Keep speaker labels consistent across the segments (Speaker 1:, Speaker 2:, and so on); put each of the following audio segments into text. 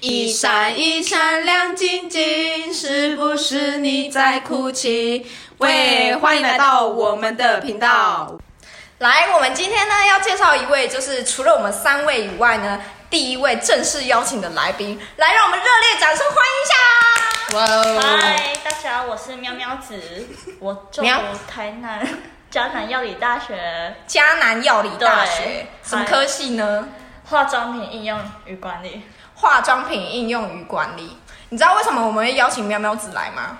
Speaker 1: 一闪一闪亮晶晶，是不是你在哭泣？喂，欢迎来到我们的频道。
Speaker 2: 来，我们今天呢要介绍一位，就是除了我们三位以外呢，第一位正式邀请的来宾。来，让我们热烈掌声欢迎一下！
Speaker 1: 哇哦！
Speaker 3: 嗨，大家好，我是喵喵子， 我就
Speaker 2: 喵
Speaker 3: 读台南江南药理大学
Speaker 2: 迦南药理大学
Speaker 3: 对
Speaker 2: 什么科系呢？
Speaker 3: 化妆品应用与管 理。
Speaker 2: 化妆品应用与管理。你知道为什么我们会邀请喵喵子来吗？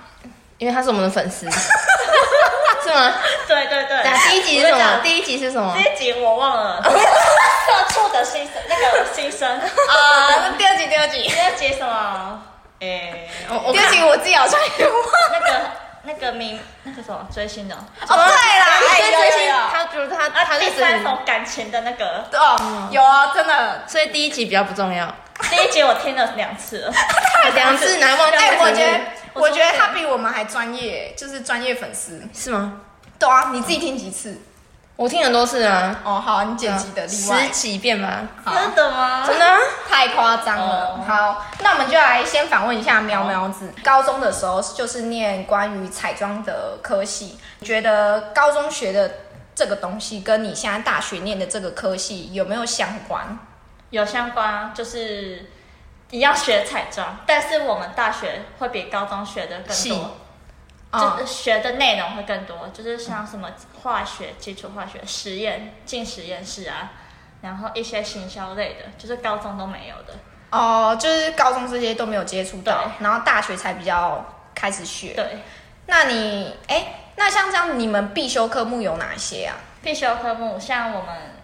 Speaker 4: 因为他是我们的粉丝， 是吗？
Speaker 3: 对对对，
Speaker 4: 那第一集是什
Speaker 3: 我
Speaker 4: 么？
Speaker 3: 讲
Speaker 4: 第一集是什么？
Speaker 3: 这一集我忘 了，社畜的新生那个新 生，
Speaker 2: 啊、那第二集，第二集，
Speaker 3: 第二集什么？诶、哦
Speaker 4: 我
Speaker 2: 第二集我自己好像也忘了。
Speaker 3: 那个那个名那个什么追星的
Speaker 2: 哦，对啦，哎
Speaker 4: 所以
Speaker 2: 有
Speaker 4: 最
Speaker 2: 有
Speaker 4: 新
Speaker 2: 有
Speaker 4: 他就是他
Speaker 3: 啊，
Speaker 4: 他
Speaker 3: 第
Speaker 4: 历史
Speaker 3: 三
Speaker 4: 里，
Speaker 3: 首感情的那 个，
Speaker 2: 哦，有啊，真的。
Speaker 4: 所以第一集比较不重要，
Speaker 3: 第一集我听了两次了，
Speaker 4: 两次难忘。
Speaker 2: 哎、我觉得，
Speaker 3: 我
Speaker 2: 我觉得
Speaker 3: 中
Speaker 2: 他比我们还专业，就是专业粉丝。
Speaker 4: 是吗？
Speaker 2: 对啊，你自己听几次？
Speaker 4: 我听很多次啊，
Speaker 2: 哦，好，你剪辑的例
Speaker 4: 嗯十
Speaker 2: 外，
Speaker 4: 几遍吧，
Speaker 2: 好，
Speaker 3: 真的吗？
Speaker 4: 真的啊。
Speaker 2: 太夸张了
Speaker 3: 哦。
Speaker 2: 好，那我们就来先访问一下喵喵子。高中的时候就是念关于彩妆的科系，你觉得高中学的这个东西跟你现在大学念的这个科系有没有相关？
Speaker 3: 有相关啊，就是一样学彩妆，但是我们大学会比高中学的更
Speaker 2: 细
Speaker 3: 多，
Speaker 2: 啊、
Speaker 3: 就是学的内容会更多，就是像什么化学、基础化学、实验、进实验室啊，然后一些行销类的，就是高中都没有的。
Speaker 2: 哦，就是高中这些都没有接触到，
Speaker 3: 对
Speaker 2: 然后大学才比较开始学。
Speaker 3: 对，
Speaker 2: 那你哎、那像这样，你们必修科目有哪些啊？
Speaker 3: 必修科目像我们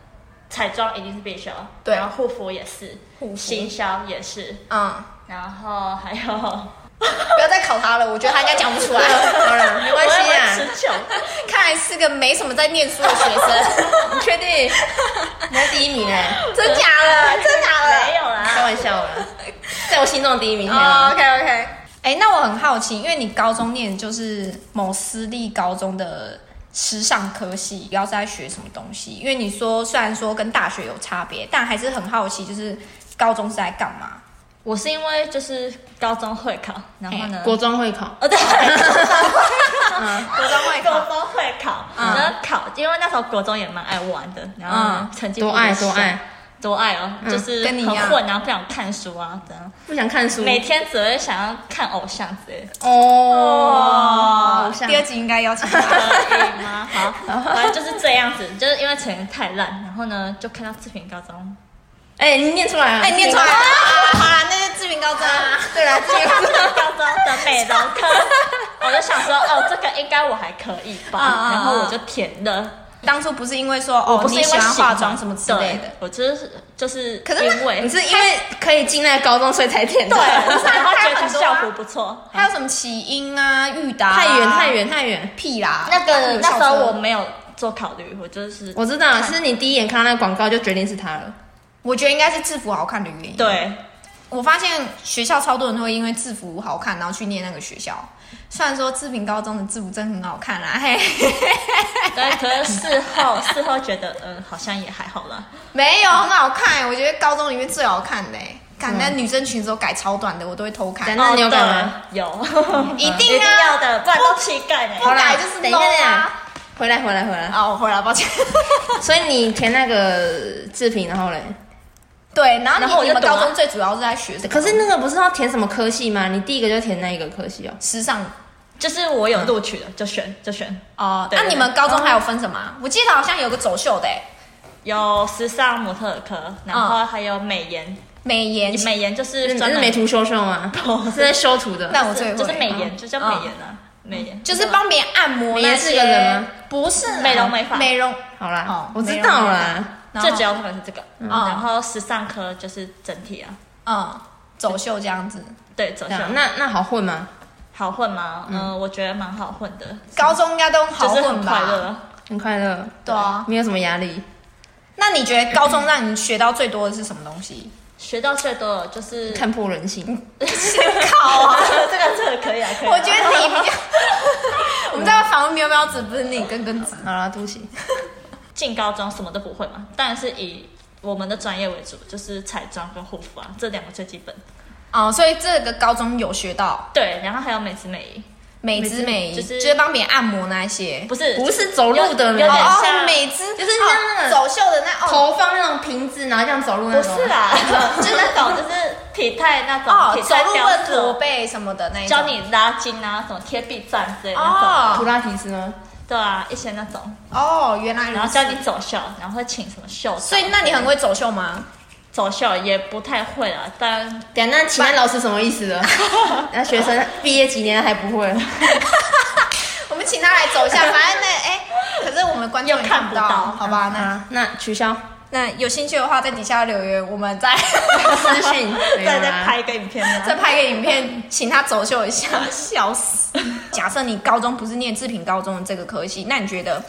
Speaker 3: 彩妆一定是必修，
Speaker 2: 对
Speaker 3: 然后护肤也是，
Speaker 2: 护肤
Speaker 3: 行销也是，
Speaker 2: 嗯，
Speaker 3: 然后还有，
Speaker 2: 不要再考他了，我觉得他应该讲不出来。
Speaker 4: 好了，
Speaker 2: 嗯
Speaker 4: 没关系
Speaker 3: 我也
Speaker 4: 啊，
Speaker 3: 会持久。
Speaker 2: 看来是个没什么在念书的学生，
Speaker 4: 你确定？你在第一名哎，
Speaker 2: 真假的，真假的。
Speaker 3: 没有啦，
Speaker 4: 开玩笑啦，在我心中的第一名。
Speaker 2: 哦、o k OK。哎，那我很好奇，因为你高中念就是某私立高中的时尚科系，不要是在学什么东西？因为你说虽然说跟大学有差别，但还是很好奇，就是高中是在干嘛？
Speaker 3: 我是因为就是高中会考，然后呢，
Speaker 4: 国中会考，
Speaker 3: 哦对，
Speaker 4: 嗯
Speaker 2: 高中外
Speaker 3: 国中会考，然后考，因为那时候国中也蛮爱玩的，然后呢成绩
Speaker 4: 嗯多
Speaker 3: 不是
Speaker 4: 爱
Speaker 3: 很
Speaker 4: 多爱，
Speaker 3: 多爱哦，
Speaker 4: 嗯
Speaker 3: 就是
Speaker 2: 跟你一样
Speaker 3: 很混，然后不想看书啊，这样
Speaker 4: 不想看书
Speaker 3: 每天只会想要看偶像之类的。
Speaker 4: 哦。偶
Speaker 2: 啊
Speaker 4: 像
Speaker 2: 第二集应该 邀请他。
Speaker 3: 可以吗？呃 好，反正就是这样子，就是因为成绩太烂，然后呢就看到志平高中，
Speaker 4: 哎，你念出来 了，
Speaker 2: 哎，你念出来了。好啦，那就志明高中啊。对啦， 志明高
Speaker 3: 志
Speaker 2: 中。
Speaker 3: 平高中的美容课，我就想说哦，这个应该我还可以
Speaker 2: 嗯
Speaker 3: 吧
Speaker 2: 嗯，
Speaker 3: 然后我就填了。
Speaker 2: 当初不是因为说哦，
Speaker 3: 不是因
Speaker 2: 你
Speaker 3: 为
Speaker 2: 喜欢
Speaker 3: 喜
Speaker 2: 化
Speaker 3: 欢
Speaker 2: 妆什么之类的
Speaker 3: 对，嗯我就是就是，
Speaker 2: 可是那
Speaker 3: 因
Speaker 4: 你
Speaker 3: 为
Speaker 4: 是因为可以进那个高中所以才 填 的，
Speaker 3: 对，然后觉
Speaker 2: 还有
Speaker 3: 得
Speaker 2: 很多
Speaker 3: 校
Speaker 2: 啊
Speaker 3: 服不错。
Speaker 2: 还有什么起因啊、裕达啊、
Speaker 4: 太远太远太远。
Speaker 2: 屁啦。
Speaker 3: 那个
Speaker 2: 有
Speaker 3: 那
Speaker 2: 校
Speaker 3: 时候
Speaker 2: 车
Speaker 3: 我没有做考虑，我就是
Speaker 4: 我知道，是你第一眼看到那个广告就决定是他了。
Speaker 2: 我觉得应该是制服好看的原因。，
Speaker 3: 对
Speaker 2: 我发现学校超多人会因为制服好看，然后去念那个学校。虽然说志平高中的制服真的很好看啦，嘿，
Speaker 3: 对，可是事后 事后觉得嗯，好像也还好啦。
Speaker 2: 没有很好看，我觉得高中里面最好看的、欸。看那女生裙子都改超短的，我都会偷看哦
Speaker 4: 真。的那你有
Speaker 3: 哦对
Speaker 4: 改吗？
Speaker 3: 有，
Speaker 2: 一
Speaker 3: 一
Speaker 2: 定
Speaker 3: 定要
Speaker 2: 啊！
Speaker 3: 的，不然都乞丐呢。
Speaker 2: 好啦就是
Speaker 4: 等一下，
Speaker 2: low 啊
Speaker 4: 等一下，回来，回来，回来。
Speaker 2: 啊，我回来，抱歉。
Speaker 4: 所以你填那个制品，然后嘞，
Speaker 2: 对，然后你
Speaker 3: 然后我
Speaker 2: 你
Speaker 3: 就
Speaker 2: 们
Speaker 3: 懂
Speaker 2: 高
Speaker 3: 啊
Speaker 2: 中最主要是在学什么？
Speaker 4: 可是那个不是要填什么科系吗？你第一个就填那一个科系哦。
Speaker 2: 时尚
Speaker 3: 就是我有录取了，就选就选。
Speaker 2: 哦。
Speaker 3: 对
Speaker 2: 那
Speaker 3: 对
Speaker 2: 你
Speaker 3: 对
Speaker 2: 们高中还有分什么啊？我记得好像有个走秀的欸
Speaker 3: 有时尚模特儿科，然后还有美颜，
Speaker 2: 美颜，
Speaker 3: 美颜就是
Speaker 4: 是
Speaker 3: 专
Speaker 4: 嗯是
Speaker 3: 门
Speaker 4: 美图哦修修吗？
Speaker 3: 不
Speaker 4: 是在修图的。
Speaker 2: 但我最会
Speaker 3: 就是美颜，就叫美颜啊，美颜
Speaker 2: 就是帮别人按摩那
Speaker 4: 美颜
Speaker 2: 些。
Speaker 4: 是个人吗
Speaker 2: 不是啊
Speaker 3: 美容美发
Speaker 2: 美容
Speaker 4: 好
Speaker 2: 哦
Speaker 4: 啦，我知道啦。
Speaker 2: 然后
Speaker 3: 最主要他们是这个，嗯然后时尚科就是整体啊，
Speaker 2: 嗯，走秀这样子。
Speaker 3: 对，走
Speaker 4: 这
Speaker 3: 向
Speaker 4: 样，啊那那好混吗？
Speaker 3: 好混吗？嗯，我觉得蛮好混的，
Speaker 2: 高中应该都好
Speaker 3: 就是
Speaker 2: 混
Speaker 3: 很快
Speaker 2: 吧？
Speaker 3: 乐。啊
Speaker 4: 很快乐，
Speaker 2: 对啊。
Speaker 4: 没有什么压力。
Speaker 2: 那你觉得高中让你学到最多的是什么东 西？
Speaker 3: 学到最多的就是哦
Speaker 4: 看破人性，
Speaker 2: 考啊！
Speaker 3: 这个这个可以啊，可以啊。
Speaker 2: 我觉得你 比较。我们在访问喵喵子，不是你跟跟子。
Speaker 4: 好啦，对不起，
Speaker 3: 进高中什么都不会嘛，当然是以我们的专业为主，就是彩妆跟护肤啊，这两个最基本。
Speaker 2: 哦，所以这个高中有学到
Speaker 3: 对，然后还有美姿美仪，
Speaker 2: 美姿美仪，
Speaker 3: 就
Speaker 2: 就是是帮别人按摩那一些，
Speaker 3: 不是
Speaker 4: 不是走路的
Speaker 3: 有有
Speaker 4: 那种
Speaker 3: 点
Speaker 2: 哦
Speaker 3: 像，
Speaker 2: 美姿
Speaker 4: 就是像那
Speaker 2: 哦
Speaker 4: 种
Speaker 2: 走秀的那哦，
Speaker 4: 头放那种瓶子，然后这样走路那
Speaker 3: 不
Speaker 4: 种。
Speaker 3: 是啦， 就是那种就是体态那种
Speaker 2: 哦，
Speaker 3: 体
Speaker 2: 走
Speaker 3: 态
Speaker 2: 路
Speaker 3: 标
Speaker 2: 会驼
Speaker 3: 准，
Speaker 2: 背什么的那一种，
Speaker 3: 教你拉筋啊，什么贴壁站之类的那种，
Speaker 4: 普
Speaker 2: 哦
Speaker 4: 拉提斯吗？
Speaker 3: 对啊，一些那种，
Speaker 2: 哦，原来如此
Speaker 3: 然后教你走秀，然后会请什么秀导，
Speaker 2: 所以那你很会走秀吗？
Speaker 3: 走秀也不太会啊，但
Speaker 4: 等一下那请问老师什么意思呢？ 那学生毕业几年还不会？
Speaker 2: 我们请他来走一下，反正那哎、可是我们观众也
Speaker 3: 又看
Speaker 2: 不
Speaker 3: 不
Speaker 2: 到，嗯
Speaker 3: 到
Speaker 2: 好吧？那
Speaker 4: 啊，那取消
Speaker 2: 那有兴趣的话，在底下留言，我们再
Speaker 4: 私讯，没有
Speaker 3: 再再
Speaker 4: 啦
Speaker 3: 拍一个影片啊
Speaker 2: 再拍个影片，请他走秀一下， 笑死。假设你高中不是念志平高中的这个科系，那你觉得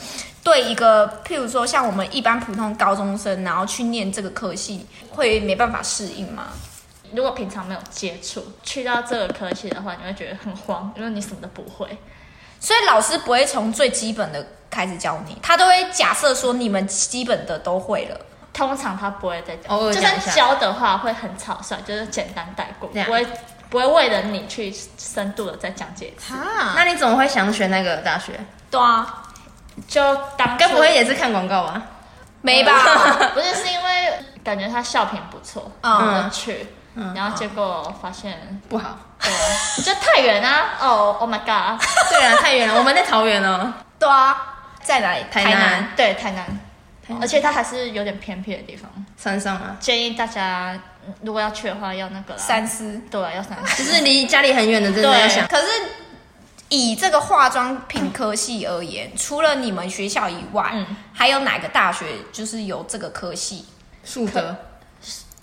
Speaker 2: 对一个譬如说像我们一般普通高中生，然后去念这个科系，会没办法适应吗？
Speaker 3: 如果平常没有接触，去到这个科系的话，你会觉得很慌，因为你什么都不会。
Speaker 2: 所以老师不会从最基本的开始教你，他都会假设说你们基本的都会了。
Speaker 3: 通常他不会再讲，
Speaker 4: 偶尔
Speaker 3: 就
Speaker 4: 讲一
Speaker 3: 算
Speaker 4: 下
Speaker 3: 教的话会很草率，就是简单带过，
Speaker 4: 这样
Speaker 3: 不会不会为了你去深度的再讲解一次。
Speaker 2: 啊，
Speaker 4: 那你怎么会想选那个大学？
Speaker 2: 对啊，
Speaker 3: 就当
Speaker 4: 该不会
Speaker 3: 也
Speaker 4: 也是看广告吧？
Speaker 2: 没吧？
Speaker 3: 不是是因为感觉他校评不错，
Speaker 2: 嗯
Speaker 3: 嗯，去，然后结果发现
Speaker 4: 不好。
Speaker 3: 对，就太远啊！哦，Oh my god！
Speaker 4: 对啊，太 远了，我们在桃园哦。
Speaker 2: 对啊，在哪里？
Speaker 4: 台
Speaker 2: 南。
Speaker 4: 南
Speaker 3: 对，太难，而且它还是有点偏僻的地方。
Speaker 4: 山上啊，
Speaker 3: 建议大家嗯如果要去的话，要那个啦
Speaker 2: 三思。
Speaker 3: 对，啊要三思。
Speaker 4: 就是离家里很远的，真的要想。
Speaker 2: 可是以这个化妆品科系而言，除了你们学校以外，
Speaker 3: 嗯
Speaker 2: 还有哪个大学就是有这个科系？
Speaker 4: 树德，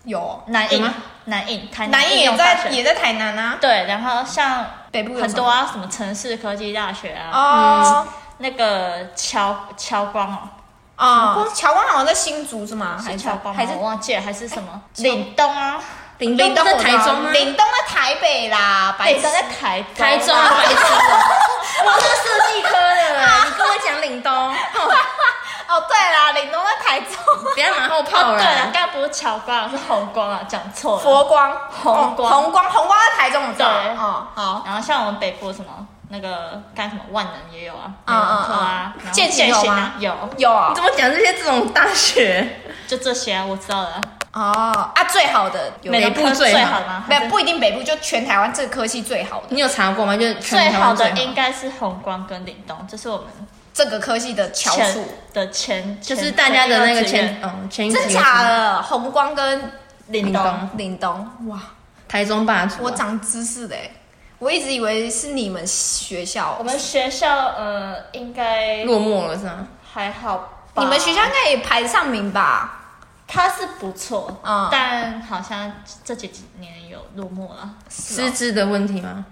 Speaker 2: 有嗯
Speaker 3: 南印
Speaker 4: 有吗，
Speaker 3: 南印，台
Speaker 2: 南
Speaker 3: 印
Speaker 2: 艺也
Speaker 3: 用大
Speaker 2: 在
Speaker 3: 学
Speaker 2: 也在台南啊，
Speaker 3: 对，然后像
Speaker 2: 北部有
Speaker 3: 很
Speaker 2: 什
Speaker 3: 多
Speaker 2: 么
Speaker 3: 啊，什么城市科技大学啊，
Speaker 2: 哦
Speaker 3: 那个侨侨光哦，
Speaker 2: 哦，侨光好像在新竹是吗？还
Speaker 3: 是
Speaker 2: 是
Speaker 3: 侨光吗
Speaker 2: 还是哎
Speaker 3: 我忘记了，还是什么
Speaker 2: 侨
Speaker 3: 岭东啊，
Speaker 4: 林
Speaker 2: 岭
Speaker 4: 东
Speaker 2: 东
Speaker 4: 在
Speaker 2: 我知
Speaker 4: 台
Speaker 2: 道
Speaker 4: 中啊吗？
Speaker 2: 岭东在台北啦，白
Speaker 3: 岭
Speaker 2: 痴
Speaker 3: 东在台中
Speaker 4: 台中啊，
Speaker 3: 啊
Speaker 4: 白痴哦！我是设计科的，你跟我讲岭东， 哦
Speaker 2: 哦对啦，岭东在台中，
Speaker 4: 不要马后炮
Speaker 3: 哦，对了，
Speaker 4: 了。
Speaker 3: 刚刚不是侨光，是红光啊，讲错了。
Speaker 2: 佛光
Speaker 3: 红光
Speaker 2: 哦红光红光在台中，我知道
Speaker 3: 对
Speaker 2: 哦好。
Speaker 3: 然后像我们北部什么那个干什么万能也有啊，
Speaker 2: 嗯
Speaker 3: 联
Speaker 2: 嗯
Speaker 3: 合啊，
Speaker 2: 嗯
Speaker 3: 然后
Speaker 2: 健行有
Speaker 3: 行
Speaker 2: 吗
Speaker 3: 啊，有，
Speaker 2: 有啊
Speaker 4: 你怎么讲这些这种大学？
Speaker 3: 就这些啊，我知道了啊。
Speaker 2: 哦啊，最好的有
Speaker 3: 每个
Speaker 4: 北部
Speaker 3: 科
Speaker 4: 最
Speaker 3: 最
Speaker 4: 好
Speaker 3: 好吗？
Speaker 2: 没有
Speaker 3: 还是
Speaker 2: 不一定北部，就全台湾这个科系最好的，
Speaker 4: 你有查过吗？就是
Speaker 3: 最
Speaker 4: 全台
Speaker 3: 好
Speaker 4: 湾
Speaker 3: 的
Speaker 4: 最
Speaker 3: 应该是红光跟岭东，这是我们
Speaker 2: 这个科系的翘
Speaker 3: 前
Speaker 2: 楚。
Speaker 3: 的前，
Speaker 4: 就是
Speaker 3: 前
Speaker 4: 大家的那个
Speaker 3: 前一志愿
Speaker 4: 前嗯前一
Speaker 2: 真
Speaker 4: 志愿
Speaker 2: 假的？红光跟
Speaker 3: 岭
Speaker 4: 岭
Speaker 3: 东
Speaker 4: 东。
Speaker 2: 岭东，哇，
Speaker 4: 台中霸主啊，
Speaker 2: 我长知识嘞、我一直以为是你们学校，
Speaker 3: 我们学校呃应该
Speaker 4: 落寞了是吗？
Speaker 3: 还好吧？
Speaker 2: 你们学校应该也排上名吧？
Speaker 3: 它是不错，
Speaker 2: 嗯
Speaker 3: 但好像这几年有落寞了，
Speaker 2: 是
Speaker 4: 师
Speaker 2: 哦
Speaker 4: 资的问题吗？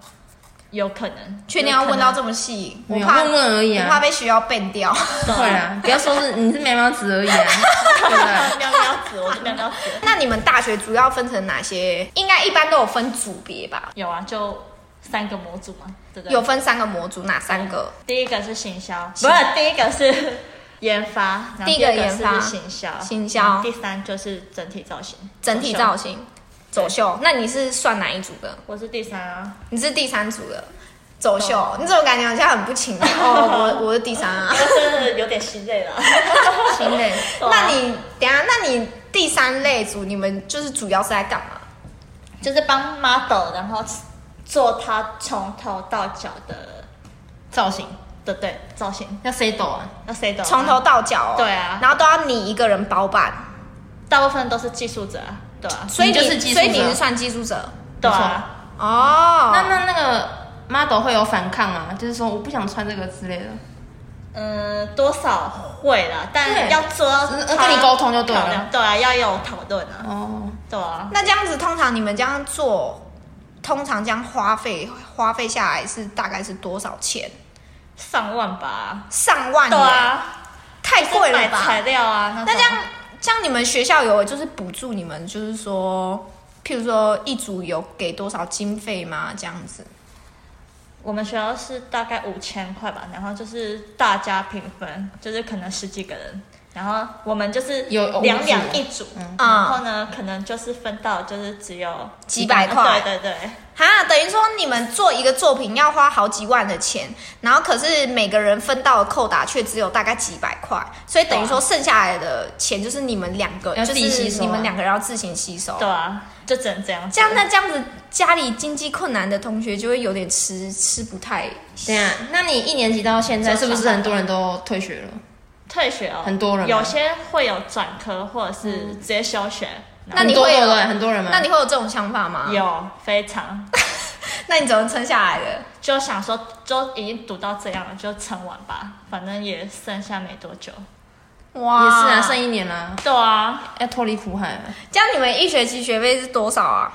Speaker 3: 有可能。
Speaker 2: 确定要问到这么细？我
Speaker 4: 没有
Speaker 2: 怕
Speaker 4: 问问而已啊
Speaker 2: 我怕被学校变 掉。
Speaker 4: 会啊，不要说是你是眉毛子而已啊， 对不 对？
Speaker 3: 喵喵子，我是喵喵子。
Speaker 2: 那你们大学主要分成哪些？应该一般都有分组别吧？
Speaker 3: 有啊，就三个模组嘛，对不对？
Speaker 2: 有分三个模组，哪三个？
Speaker 3: 第一个是行销，不是第一个是研发，然后
Speaker 2: 第一
Speaker 3: 第
Speaker 2: 个
Speaker 3: 二
Speaker 2: 研发
Speaker 3: 是行销，
Speaker 2: 行销
Speaker 3: 然后第三就是整体造型，
Speaker 2: 整体造型、走秀。那你是算哪一组的？
Speaker 3: 我是第三啊，
Speaker 2: 你是第三组的走秀，你怎么感觉好像很不情 愿？哦， 我我是第三啊。
Speaker 3: 就是有点心 累了。
Speaker 4: 心 累。
Speaker 3: 对啊
Speaker 2: 那你等一下，那你第三类组，你们就是主要是在干嘛？
Speaker 3: 就是帮 model，然后做他从头到脚的
Speaker 4: 造型
Speaker 3: 的对造型，
Speaker 4: 要 say 抖啊，
Speaker 3: 那谁懂啊？
Speaker 2: 从头到脚、哦，
Speaker 3: 对啊
Speaker 2: 然后都要你一个人包办，
Speaker 3: 大部分都是技术者啊，对啊，
Speaker 2: 所以
Speaker 4: 你就是技术
Speaker 2: 所以你
Speaker 4: 者
Speaker 2: 是算技术者
Speaker 3: 对啊，
Speaker 2: 哦。
Speaker 4: 那那那个 model 会有反抗啊，就是说我不想穿这个之类的。
Speaker 3: 嗯，多少会啦，但
Speaker 4: 对
Speaker 3: 要做到
Speaker 4: 只是跟你沟通就对了
Speaker 3: 漂亮对啊，要有讨论啊，
Speaker 4: 哦，
Speaker 3: 对啊，
Speaker 2: 那这样子，通常你们这样做，通常这样花费花费下来是大概是多少钱？
Speaker 3: 上万吧，
Speaker 2: 上万
Speaker 3: 对
Speaker 2: 元，
Speaker 3: 啊，
Speaker 2: 太哎贵了
Speaker 3: 买
Speaker 2: 吧
Speaker 3: 材？料啊，那
Speaker 2: 那这
Speaker 3: 种
Speaker 2: 样，这样你们学校有就是补助你们，就是说，譬如说一组有给多少经费吗？这样子？
Speaker 3: 我们学校是大概五千块吧，然后就是大家平分，就是可能十几个人，然后我们就是
Speaker 2: 有有五
Speaker 3: 两两
Speaker 2: 组
Speaker 3: 一组，
Speaker 2: 嗯
Speaker 3: 然后呢，可能就是分到就是只有
Speaker 2: 几百块
Speaker 3: 对对对，
Speaker 2: 哈，等于说你们做一个作品要花好几万的钱，然后可是每个人分到的扣打却只有大概几百块，所以等于说剩下来的钱就是你们两个，
Speaker 4: 要
Speaker 2: 就
Speaker 4: 自己吸
Speaker 2: 是
Speaker 4: 收啊
Speaker 2: 你们两个人要自行吸收。
Speaker 3: 对啊，就只能这样子。
Speaker 2: 哦这样那这样子，家里经济困难的同学就会有点吃吃不太。
Speaker 4: 对啊，那你一年级到现在
Speaker 3: 就是是
Speaker 4: 不是很多人都退学了？
Speaker 3: 退学哦，
Speaker 4: 很多人吗
Speaker 3: 有些会有转科或者是直接休学，
Speaker 2: 那你
Speaker 4: 很多
Speaker 2: 会有
Speaker 4: 对不对很多人吗？
Speaker 2: 那你会有这种想法吗？。
Speaker 3: 有非常
Speaker 2: 那你怎么撑下来的？
Speaker 3: 就想说就已经读到这样了，就撑完吧，反正也剩下没多久。
Speaker 2: 哇
Speaker 4: 也是啊，剩一年啦，
Speaker 3: 对啊，
Speaker 4: 要脱离苦海了。
Speaker 2: 这样你们一学期学费是多少啊？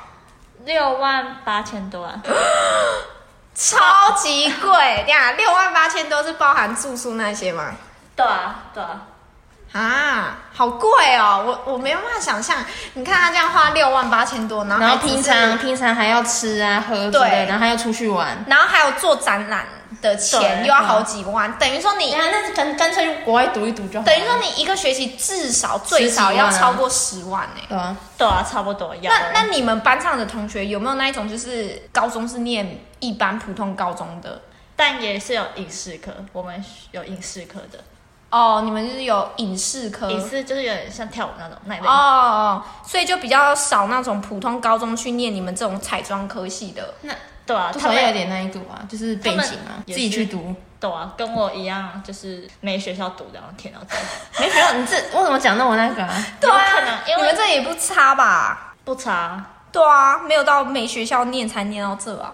Speaker 3: 六万八千多啊，
Speaker 2: 嗯超级贵，对呀，六万八千多是包含住宿那些吗？
Speaker 3: 对啊对啊，
Speaker 2: 啊，好贵哦！我我没有办法想象，你看他这样花六万八千多，然后
Speaker 4: 然后
Speaker 2: 还只
Speaker 4: 平
Speaker 2: 是
Speaker 4: 常平常还要吃啊喝之类
Speaker 2: 对
Speaker 4: 的，然后还要出去玩。
Speaker 2: 然后还有做展览的钱又
Speaker 3: 对
Speaker 2: 要好几万，等于说你
Speaker 4: 对啊，那干干脆就国外读一读就好。
Speaker 2: 等于说你一个学期至少最少
Speaker 4: 十几万
Speaker 2: 要
Speaker 4: 啊
Speaker 2: 超过十万呢、
Speaker 4: 对啊，
Speaker 3: 对啊，差不多要
Speaker 2: 那那你们班上的同学有没有那一种就是高中是念一般普通高中的？
Speaker 3: 但也是有影视科，我们有影视科的，
Speaker 2: 哦，你们就是有影视
Speaker 4: 嗯
Speaker 2: 科，
Speaker 3: 影视就是有点像跳舞那种那一类。
Speaker 2: 哦，所以就比较少那种普通高中去念你们这种彩妆科系的。
Speaker 4: 那
Speaker 3: 对啊，
Speaker 4: 多
Speaker 3: 他
Speaker 4: 少要有
Speaker 3: 们
Speaker 4: 点那一个吧，就是背景
Speaker 3: 他
Speaker 4: 啊
Speaker 3: 们，
Speaker 4: 自己去读。
Speaker 3: 对啊，跟我一样，就是没学校读的，然后填到 这里。
Speaker 4: 没学到你这为什么讲到我那个啊？
Speaker 2: 对
Speaker 3: 有可
Speaker 2: 啊
Speaker 3: 能，因
Speaker 2: 你
Speaker 3: 为
Speaker 2: 们这也不差吧？
Speaker 3: 不差，
Speaker 2: 对啊，没有到没学校念才念到这啊。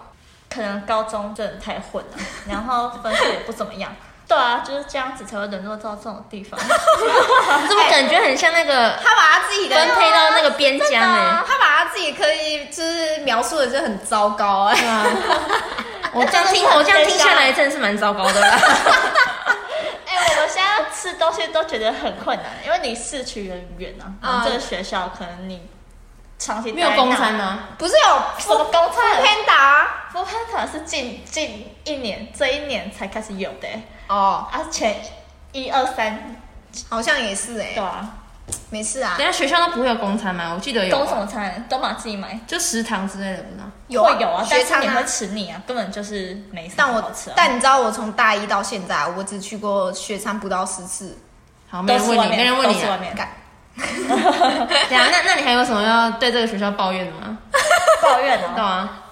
Speaker 3: 可能高中真的太混了，然后分数也不怎么样。对啊，就是这样子才会沦落到这种地 方。
Speaker 4: 你哦怎么感觉很像那个
Speaker 2: 他把他自己的
Speaker 4: 分配到那个边
Speaker 2: 真的
Speaker 4: 疆
Speaker 2: 啊
Speaker 4: 哎？
Speaker 2: 他把他自己可以就是描述的就很糟糕哎、
Speaker 4: 对 啊，我这样听我这样听下来真的是蛮糟糕的啦。
Speaker 3: 哎、我们现在吃东西都觉得很困难，因为你市区人远啊，然后这个学校可能你长期
Speaker 4: 嗯没有
Speaker 3: 待
Speaker 4: 公
Speaker 3: 那
Speaker 4: 餐？啊吗？
Speaker 2: 不是有
Speaker 3: 什么公餐
Speaker 2: Food Panda
Speaker 3: f o o p a n d a 是近近一年，这一年才开始有的、
Speaker 2: 哦，
Speaker 3: 啊，前一二三，
Speaker 2: 好像也是哎、
Speaker 3: 对啊，
Speaker 2: 没事啊
Speaker 4: 等，一下学校都不会有公餐吗？我记得有
Speaker 3: 公
Speaker 4: 啊，
Speaker 3: 什么餐都嘛自己买，
Speaker 4: 就食堂之类的，不知道。
Speaker 2: 有
Speaker 3: 会有啊，但
Speaker 2: 学
Speaker 3: 是
Speaker 2: 餐
Speaker 3: 你
Speaker 2: 啊
Speaker 3: 会。吃腻啊，根本就是没什
Speaker 2: 但
Speaker 3: 么
Speaker 2: 我、
Speaker 3: 好吃啊。
Speaker 2: 但你知道我从大一到现在，我只去过学餐不到十次。
Speaker 4: 好，没
Speaker 3: 都
Speaker 4: 人
Speaker 3: 是
Speaker 4: 问
Speaker 3: 外
Speaker 4: 你，没人
Speaker 3: 面，
Speaker 4: 问
Speaker 3: 都
Speaker 4: 你
Speaker 3: 是外
Speaker 4: 啊。
Speaker 3: 面。
Speaker 2: 干
Speaker 4: 对啊，那那你还有什么要对这个学校抱怨的吗？
Speaker 3: 抱怨
Speaker 4: 对
Speaker 3: 哦。
Speaker 4: 啊，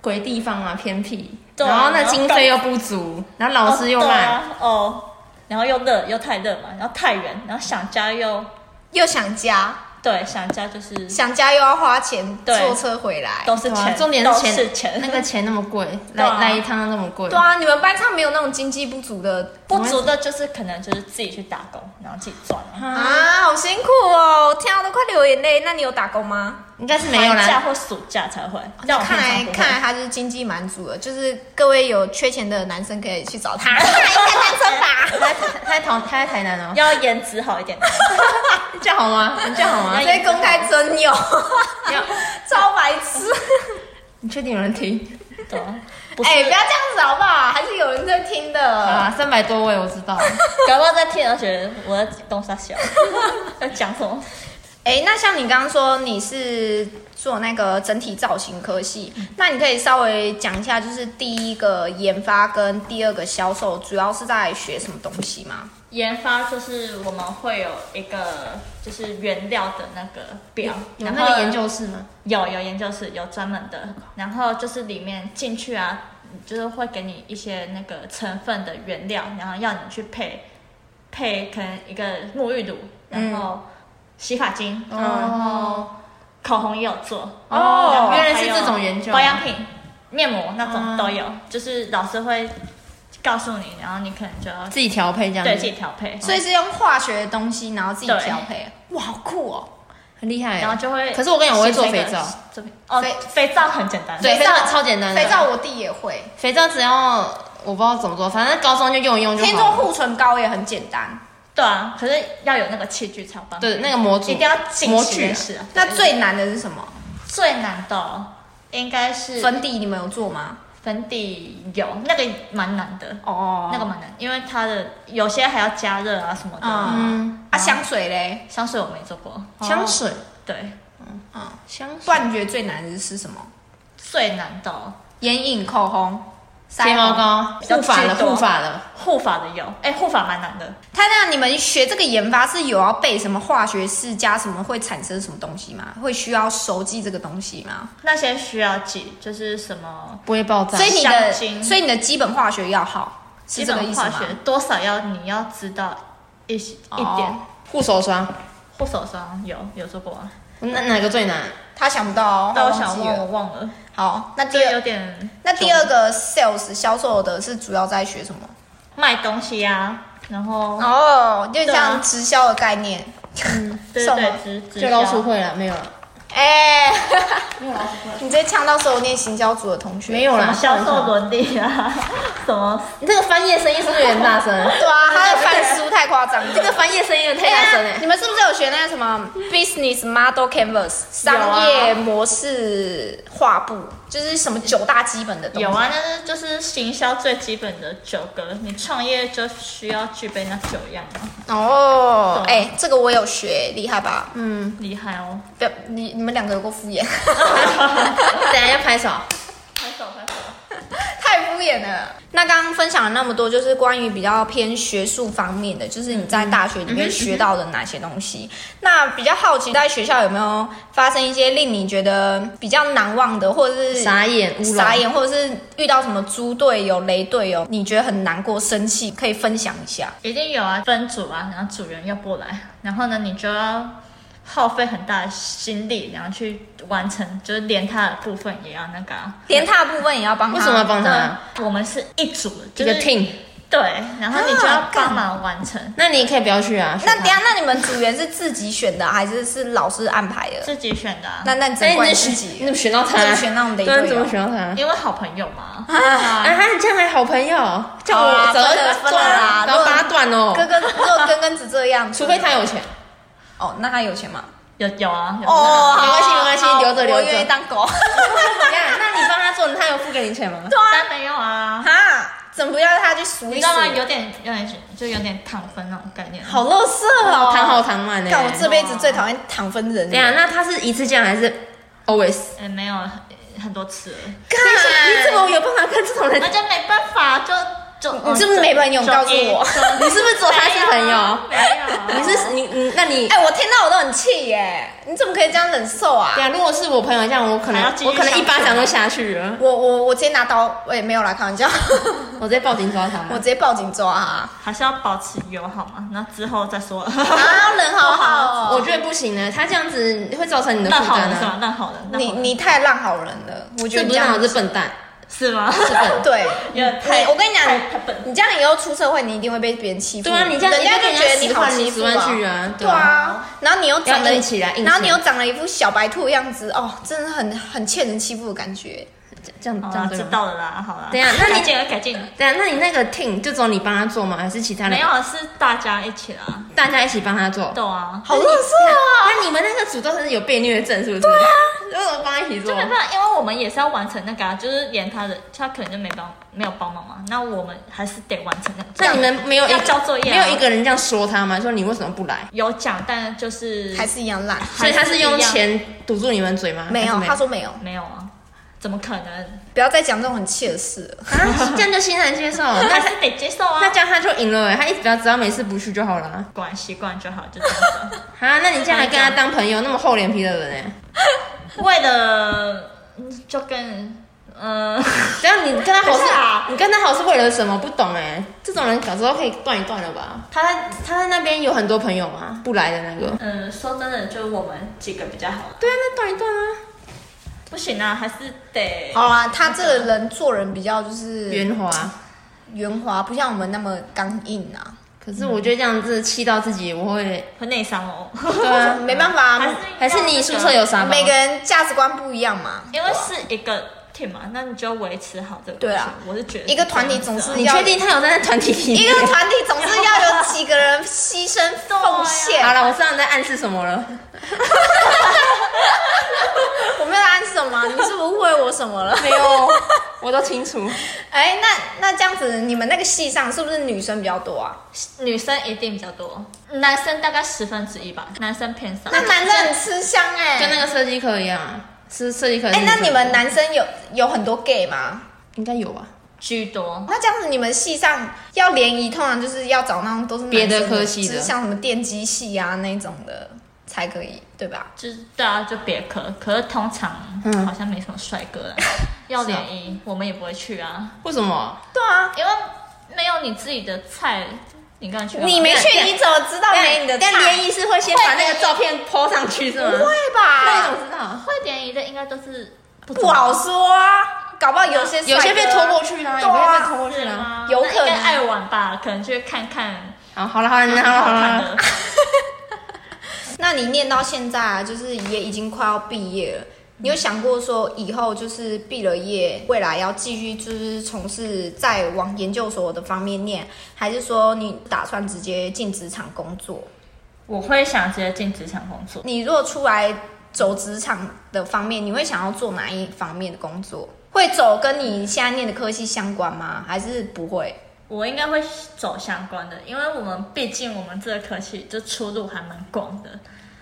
Speaker 4: 鬼地方嘛，偏僻，
Speaker 3: 对啊
Speaker 4: 然后那经费又不足，然后老师又
Speaker 3: 哦对
Speaker 4: 烂，
Speaker 3: 啊哦，然后又热又太热嘛，然后太远，然后想家又
Speaker 2: 又想家，
Speaker 3: 对想家就是
Speaker 2: 想家又要花钱
Speaker 3: 对
Speaker 2: 坐车回来。
Speaker 3: 都是
Speaker 4: 对啊
Speaker 3: 钱，
Speaker 4: 重点
Speaker 3: 都
Speaker 4: 是
Speaker 3: 是
Speaker 4: 钱，
Speaker 3: 钱
Speaker 4: 那个钱那么贵，
Speaker 3: 对
Speaker 4: 来
Speaker 3: 啊
Speaker 4: 来一趟那么贵，
Speaker 2: 对啊，你们班上没有那种经济不足的
Speaker 3: 不足的就是可能就是自己去打工，然后自己赚啊，
Speaker 4: 啊，
Speaker 2: 啊，好辛苦哦，我听到都快流眼泪。那你有打工吗？
Speaker 4: 应该是没有
Speaker 3: 寒假
Speaker 4: 啦。
Speaker 3: 或暑假才会。但我
Speaker 2: 看来
Speaker 3: 哦平常不会
Speaker 2: 看来他就是经济满足了，就是各位有缺钱的男生可以去 找他，应 该单身吧？
Speaker 4: 他他在台他在台南哦，
Speaker 3: 要颜值好一点，
Speaker 4: 这样好吗？你这样好吗
Speaker 3: 要？
Speaker 2: 所以公开征友，
Speaker 4: 要
Speaker 2: 超白痴！
Speaker 4: 你确定有人听？
Speaker 3: 对啊，不是啊
Speaker 2: 哎、不要这样子好不好？还是有人在听
Speaker 3: 呃
Speaker 4: 好
Speaker 2: 的。
Speaker 4: 啦，三百多位我知 道，
Speaker 3: 搞不好在听的觉得我在东沙小，要讲什么？
Speaker 2: 哎、那像你刚刚说你是做那个整体造型科系，那你可以稍微讲一下，就是第一个研发跟第二个销售，主要是在学什么东西吗？
Speaker 3: 研发就是我们会有一个就是原料的那个表，
Speaker 4: 有
Speaker 3: 然
Speaker 4: 那
Speaker 3: 后
Speaker 4: 个研究室吗？
Speaker 3: 有有研究室有专门的，然后就是里面进去啊，就是会给你一些那个成分的原料，然后要你去配配可能一个沐浴乳，然
Speaker 4: 嗯
Speaker 3: 后洗发精，然后口红也有做
Speaker 4: 哦
Speaker 3: 然后还有
Speaker 4: 原来是这种研究啊
Speaker 3: 保养品、面膜那
Speaker 4: 嗯
Speaker 3: 种都有，就是老师会告诉你，然后你可能就要
Speaker 4: 自己调配这样
Speaker 3: 对自己
Speaker 4: 子，
Speaker 3: 调配，
Speaker 2: 所以是用化学的东西，然后自己
Speaker 3: 对
Speaker 2: 调配。嗯哇，好酷哦！
Speaker 4: 很厉害。欸
Speaker 3: 然后就会。
Speaker 4: 可是我跟你讲，我会做肥皂，，
Speaker 3: 这边哦
Speaker 2: 肥，
Speaker 3: 肥皂很简单，
Speaker 4: 对，肥皂超简单
Speaker 2: 嗯
Speaker 4: 的，
Speaker 2: 肥皂我弟也会，
Speaker 4: 肥皂只要我不知道怎么做，反正高中就用一用就
Speaker 2: 听说
Speaker 4: 好了。
Speaker 2: 护唇膏也很简单。
Speaker 3: 对啊，可是要有那个器具才有办法。
Speaker 4: 对，那个模组
Speaker 3: 一定要进
Speaker 4: 模
Speaker 3: 实
Speaker 4: 具
Speaker 3: 验
Speaker 4: 啊
Speaker 3: 室
Speaker 2: 嗯
Speaker 3: 啊。
Speaker 2: 那最难的是什么？
Speaker 3: 哦最难的应该是
Speaker 2: 嗯粉底你们有做吗？
Speaker 3: 粉底油那个蛮难的，
Speaker 2: 哦，
Speaker 3: 那个蛮难，因为它的有些还要加热啊什么的。
Speaker 2: 嗯啊，香水嘞，
Speaker 3: 香水我没做过，
Speaker 2: 香水，
Speaker 3: 对，
Speaker 2: 嗯，香水。不然你觉得最难的是什么？
Speaker 3: 最难的哦
Speaker 2: 眼影、口红、
Speaker 4: 睫
Speaker 2: 腮
Speaker 4: 毛
Speaker 2: 红。
Speaker 4: 膏，护发的护发的，
Speaker 3: 护发的油，哎，护发蛮难的，
Speaker 2: 他那你们学这个研发是有要背什么化学式加什么会产生什么东西吗？会需要熟记这个东西吗？
Speaker 3: 那些需要记，就是什么
Speaker 4: 不会爆炸
Speaker 3: 啊
Speaker 2: 所。以你
Speaker 3: 香
Speaker 2: 的
Speaker 3: 精
Speaker 2: 所以你的基本化学要好，是
Speaker 3: 基
Speaker 2: 这个
Speaker 3: 本
Speaker 2: 意思
Speaker 3: 化
Speaker 2: 吗？哦
Speaker 3: 学多少要你要知道一些一点。
Speaker 4: 护手霜，
Speaker 3: 护手霜有有做过啊，
Speaker 4: 哪哪个最难？
Speaker 2: 他想不到哦，
Speaker 3: 但我
Speaker 2: 他
Speaker 3: 想
Speaker 2: 忘记
Speaker 3: 忘
Speaker 2: 了
Speaker 3: 我忘了，
Speaker 2: 好，那第
Speaker 3: 就有
Speaker 2: 二
Speaker 3: 点
Speaker 2: 那第二个 sales 销售的是主要在学什么？
Speaker 3: 卖东西啊，然后
Speaker 2: 哦，就
Speaker 3: 对
Speaker 2: 像
Speaker 3: 啊
Speaker 2: 直销的概念。
Speaker 3: 对
Speaker 2: 送
Speaker 3: 对
Speaker 2: 吗
Speaker 3: 对，直直
Speaker 4: 最
Speaker 3: 销
Speaker 4: 高出会了没有了？
Speaker 2: 哎、你直接呛到所有念行销组的同学。
Speaker 4: 没有
Speaker 3: 什
Speaker 4: 啦，
Speaker 3: 么销
Speaker 4: 算
Speaker 3: 售
Speaker 4: 了算了
Speaker 3: 伦理啊， 什么
Speaker 4: 你这个翻页声音是不是有点大声？
Speaker 2: 对啊，他的翻书太 夸张了。
Speaker 4: 这个翻页声音有点太大声
Speaker 2: 哎呀
Speaker 4: 了。
Speaker 2: 你们是不是有学那个什么 business model canvas
Speaker 3: 啊
Speaker 2: 商业模式画布，就是什么九大基本的东西？
Speaker 3: 有啊，但是就是行销最基本的九个，你创业就需要具备那九样啊，
Speaker 2: 哦，
Speaker 3: 懂
Speaker 2: 哎、这个我有学，厉害吧？嗯，
Speaker 3: 厉害哦！
Speaker 2: 不要你你们两个有够敷 衍，啊
Speaker 4: 等一下要拍手，
Speaker 3: 拍手拍手，
Speaker 2: 太敷衍了。那刚刚分享了那么多，就是关于比较偏学术方面的，就是你在大学里面学到的哪些东
Speaker 3: 嗯
Speaker 2: 西。那比较好奇，在学校有没有发生一些令你觉得比较难忘的，或者是
Speaker 4: 傻眼乌龙，
Speaker 2: 傻眼，或者是遇到什么猪队友、雷队友，你觉得很难过、生气，可以分享一下。
Speaker 3: 一定有啊，分组啊，然后组员要过来，然后呢，你就要耗费很大的心力，然后去完成，就是连他的部分也要那个、啊。
Speaker 2: 连他的部分也要帮他，
Speaker 4: 为什么要帮他？
Speaker 3: 对，我们是嗯一组的，
Speaker 4: 这
Speaker 3: 就是
Speaker 4: 个 team，
Speaker 3: 对，然后你就要
Speaker 2: 啊干
Speaker 3: 帮忙完成，
Speaker 4: 那你可以不要去啊。
Speaker 2: 那等
Speaker 4: 去吧
Speaker 2: 一下，那你们组员是自己选的，还是是老师安排的？
Speaker 3: 自己选的、啊。
Speaker 2: 那那你
Speaker 4: 那
Speaker 2: 只
Speaker 4: 你
Speaker 2: 怪
Speaker 4: 能
Speaker 2: 自
Speaker 4: 选，
Speaker 2: 己
Speaker 4: 哎你怎么选到他？
Speaker 2: 自己选那种雷
Speaker 4: 对啊，
Speaker 2: 队
Speaker 4: 你怎
Speaker 2: 友
Speaker 4: 么。选到他？
Speaker 3: 因为好朋友嘛，
Speaker 4: 啊，他很这样还好朋友，叫
Speaker 2: 好啦
Speaker 4: 我早
Speaker 2: 啊分了分
Speaker 4: 就
Speaker 2: 了啦
Speaker 4: 然后把他断哦。
Speaker 2: 哥哥，如果根根子这样，
Speaker 4: 除非他有 钱，
Speaker 2: 哦，那他有钱吗？
Speaker 3: 有有啊，有
Speaker 2: 哦，
Speaker 3: 啊
Speaker 4: 没关系没关系
Speaker 2: 好
Speaker 4: 留着留着
Speaker 2: 我愿意当狗。
Speaker 4: 你看，那你帮他做，他有付给你钱吗？
Speaker 3: 但没有啊，
Speaker 2: 哈，怎么不要他去数
Speaker 3: 你
Speaker 2: 一
Speaker 3: 知
Speaker 2: 数
Speaker 3: 道？吗？有点有点就有点躺分那种概念。
Speaker 4: 好乐色哦，谈好谈满呢。
Speaker 2: 看我这辈子最讨厌躺分人了。
Speaker 4: 对啊，那他是一次这样还是 always？
Speaker 3: 哎、没有很多次了，
Speaker 4: 干你怎么有办法跟 这种人
Speaker 3: 那？就没办法，就就
Speaker 2: 你是不是没朋友？
Speaker 3: 就
Speaker 2: 告诉我。
Speaker 4: 你是不是做他是朋友？
Speaker 3: 没有，
Speaker 4: 你是你你那你
Speaker 2: 哎、我听到我都很气耶！你怎么可以这样忍受啊
Speaker 4: 对？啊，如果是我朋友这样，我可能
Speaker 3: 还要继续
Speaker 4: 我可能一巴
Speaker 3: 相
Speaker 4: 掌
Speaker 3: 处
Speaker 4: 都下去了，
Speaker 2: 我我我直接拿刀，我也没有来开玩 笑，
Speaker 4: 我直接报警抓他。
Speaker 2: 我直接报警抓啊！
Speaker 3: 还是要保持友好嘛，那之后再说。
Speaker 2: 啊，人好好、
Speaker 4: 我
Speaker 2: 哦，
Speaker 4: 觉得不行呢，他这样子会造成你的
Speaker 3: 那
Speaker 4: 负
Speaker 3: 好
Speaker 4: 担
Speaker 3: 了是
Speaker 4: 啊
Speaker 3: 吧？。那好了，那
Speaker 2: 你
Speaker 3: 好了
Speaker 2: 你太烂好人了，我觉得
Speaker 4: 这
Speaker 2: 你
Speaker 4: 不
Speaker 2: 这
Speaker 4: 是好，
Speaker 2: 样
Speaker 4: 这笨蛋，
Speaker 3: 是吗？
Speaker 4: 是笨。
Speaker 2: 对。
Speaker 3: 有点
Speaker 2: 你
Speaker 3: 太
Speaker 2: 我跟你讲
Speaker 3: 太太笨，
Speaker 2: 你这样以后出社会，你一定会被别人欺负。
Speaker 4: 对啊，你这样
Speaker 2: 人家就觉得你好欺
Speaker 4: 你
Speaker 2: 负
Speaker 4: 十万去啊，
Speaker 2: 对，啊，然后你又长
Speaker 4: 要
Speaker 2: 得
Speaker 4: 硬起来硬起来
Speaker 2: 然后你又长了一副小白兔的样子，哦，真的很很欠人欺负的感觉。
Speaker 4: 这样
Speaker 3: 好
Speaker 4: 这样
Speaker 3: 了，
Speaker 4: 对
Speaker 3: 哦知
Speaker 4: 吗。
Speaker 3: 道了啦，好了。
Speaker 4: 等一下那你
Speaker 3: 改进了改进了，
Speaker 4: 对啊，那你那个 team 就只有你帮他做吗？还是其他人
Speaker 3: 没有啊是大家一起啦，
Speaker 4: 大家一起帮他做？
Speaker 3: 对啊，
Speaker 2: 好乐色
Speaker 4: 那你们那个组都是有被虐症是不是？对 啊，为什么帮他一起做
Speaker 3: 就？没办法，因为我们也是要完成那个、啊，就是连他的他可能就没帮没有帮忙嘛，那我们还是得完成那个。
Speaker 4: 那你们没有一
Speaker 3: 要交作业啊
Speaker 4: 没有一个人这样说他吗？说你为什么不来？
Speaker 3: 有讲，但就是
Speaker 2: 啊，还是一样烂。
Speaker 4: 所以他是用
Speaker 3: 还是一样
Speaker 4: 钱堵住你们嘴吗？
Speaker 2: 没有，
Speaker 4: 还是
Speaker 2: 他说没有，
Speaker 3: 没有啊？怎么可能？
Speaker 2: 不要再讲这种很气的事了。
Speaker 4: 啊，这样就欣然接 受。
Speaker 3: 还
Speaker 4: 那
Speaker 3: 是得接受啊
Speaker 4: 那。这样他就赢了哎，他一直只要只要每次不去就好了啊。
Speaker 3: 管习惯就好，就这样子。
Speaker 4: 啊，那你这样还跟他当朋友，那么厚脸皮的人哎，
Speaker 3: 为了嗯就跟嗯，
Speaker 4: 只要你跟他好
Speaker 3: 等一下啊
Speaker 4: 是，你跟他好是为了什么？不懂哎，这种人小时候可以断一断了吧？他在他在那边有很多朋友吗？不来的那个。
Speaker 3: 嗯，说真的，就是我们几个比较好，
Speaker 4: 对啊，那断一断啊，
Speaker 3: 不行啊，还是得
Speaker 2: 好啦，他这个人做人比较就是
Speaker 4: 圆滑。
Speaker 2: 圆滑，不像我们那么刚硬啊。
Speaker 4: 可是我觉得这样子气到自己，我会
Speaker 3: 很内伤哦。
Speaker 4: 对啊，
Speaker 2: 没办法啊、
Speaker 3: 还是
Speaker 4: 还是你宿舍有啥？
Speaker 2: 每个人价值观不一样嘛。
Speaker 3: 因为是一个 team 嘛，那你就维持好这个。
Speaker 2: 对啊，
Speaker 3: 我是觉得
Speaker 2: 一个团体总是
Speaker 3: 这样子
Speaker 4: 你确定他有在那团体里
Speaker 2: 一
Speaker 4: 面？
Speaker 2: 个团体总是要有几个人牺牲奉献。
Speaker 4: 好了，我知道你在暗示什么了。
Speaker 2: 我没没有按什么，你是不是误会我什么了？
Speaker 4: 没 有，我都清楚。
Speaker 2: 哎，那那这样子，你们那个系上是不是女生比较多啊？
Speaker 3: 女生一定比较多，男生大概十分之一吧，男生偏少。
Speaker 2: 那男生很吃香哎、
Speaker 4: 跟那个设计课一样，啊是设计课。
Speaker 2: 哎、那你们男生有有很多 gay 吗？
Speaker 4: 应该有吧？
Speaker 3: 居多，
Speaker 2: 那这样子，你们系上要联谊，通常就是要找那种都是男生
Speaker 4: 别的科系的
Speaker 2: 就是像什么电机系啊那种的才可以，对吧？
Speaker 3: 就是对啊，就别科。可是通常好像没什么帅哥 啦，
Speaker 2: 啊
Speaker 3: 要联谊我们也不会去啊，
Speaker 4: 为什么？
Speaker 2: 对啊，
Speaker 3: 因为没有你自己的菜，你干嘛去干嘛？
Speaker 2: 你没去，你怎么知道没你的菜？
Speaker 4: 哎但联谊是会先把那个照片 po 上去是吗？
Speaker 2: 不会吧？
Speaker 4: 那你怎么知道？
Speaker 3: 会联谊的应该都是不
Speaker 2: 不好说啊，搞不好有些帅哥
Speaker 4: 有些被拖过去啦，有
Speaker 2: 对
Speaker 4: 些
Speaker 2: 啊
Speaker 4: 被拖过去
Speaker 3: 是
Speaker 4: 啦。
Speaker 3: 吗？
Speaker 2: 有可能啊
Speaker 3: 那应该爱玩吧，可能去看 看。
Speaker 4: 好，好了，好了，好了，好了好
Speaker 3: 看
Speaker 4: 了
Speaker 3: 的。
Speaker 2: 那你念到现在啊，就是也已经快要毕业了，你有想过说以后就是毕了业，未来要继续就是从事再往研究所的方面念，还是说你打算直接进职场工作？
Speaker 3: 我会想直接进职场工作，
Speaker 2: 你如果出来走职场的方面，你会想要做哪一方面的工作？会走跟你现在念的科系相关吗？还是不会？
Speaker 3: 我应该会走相关的，因为我们毕竟我们这个科系就出路还蛮广的，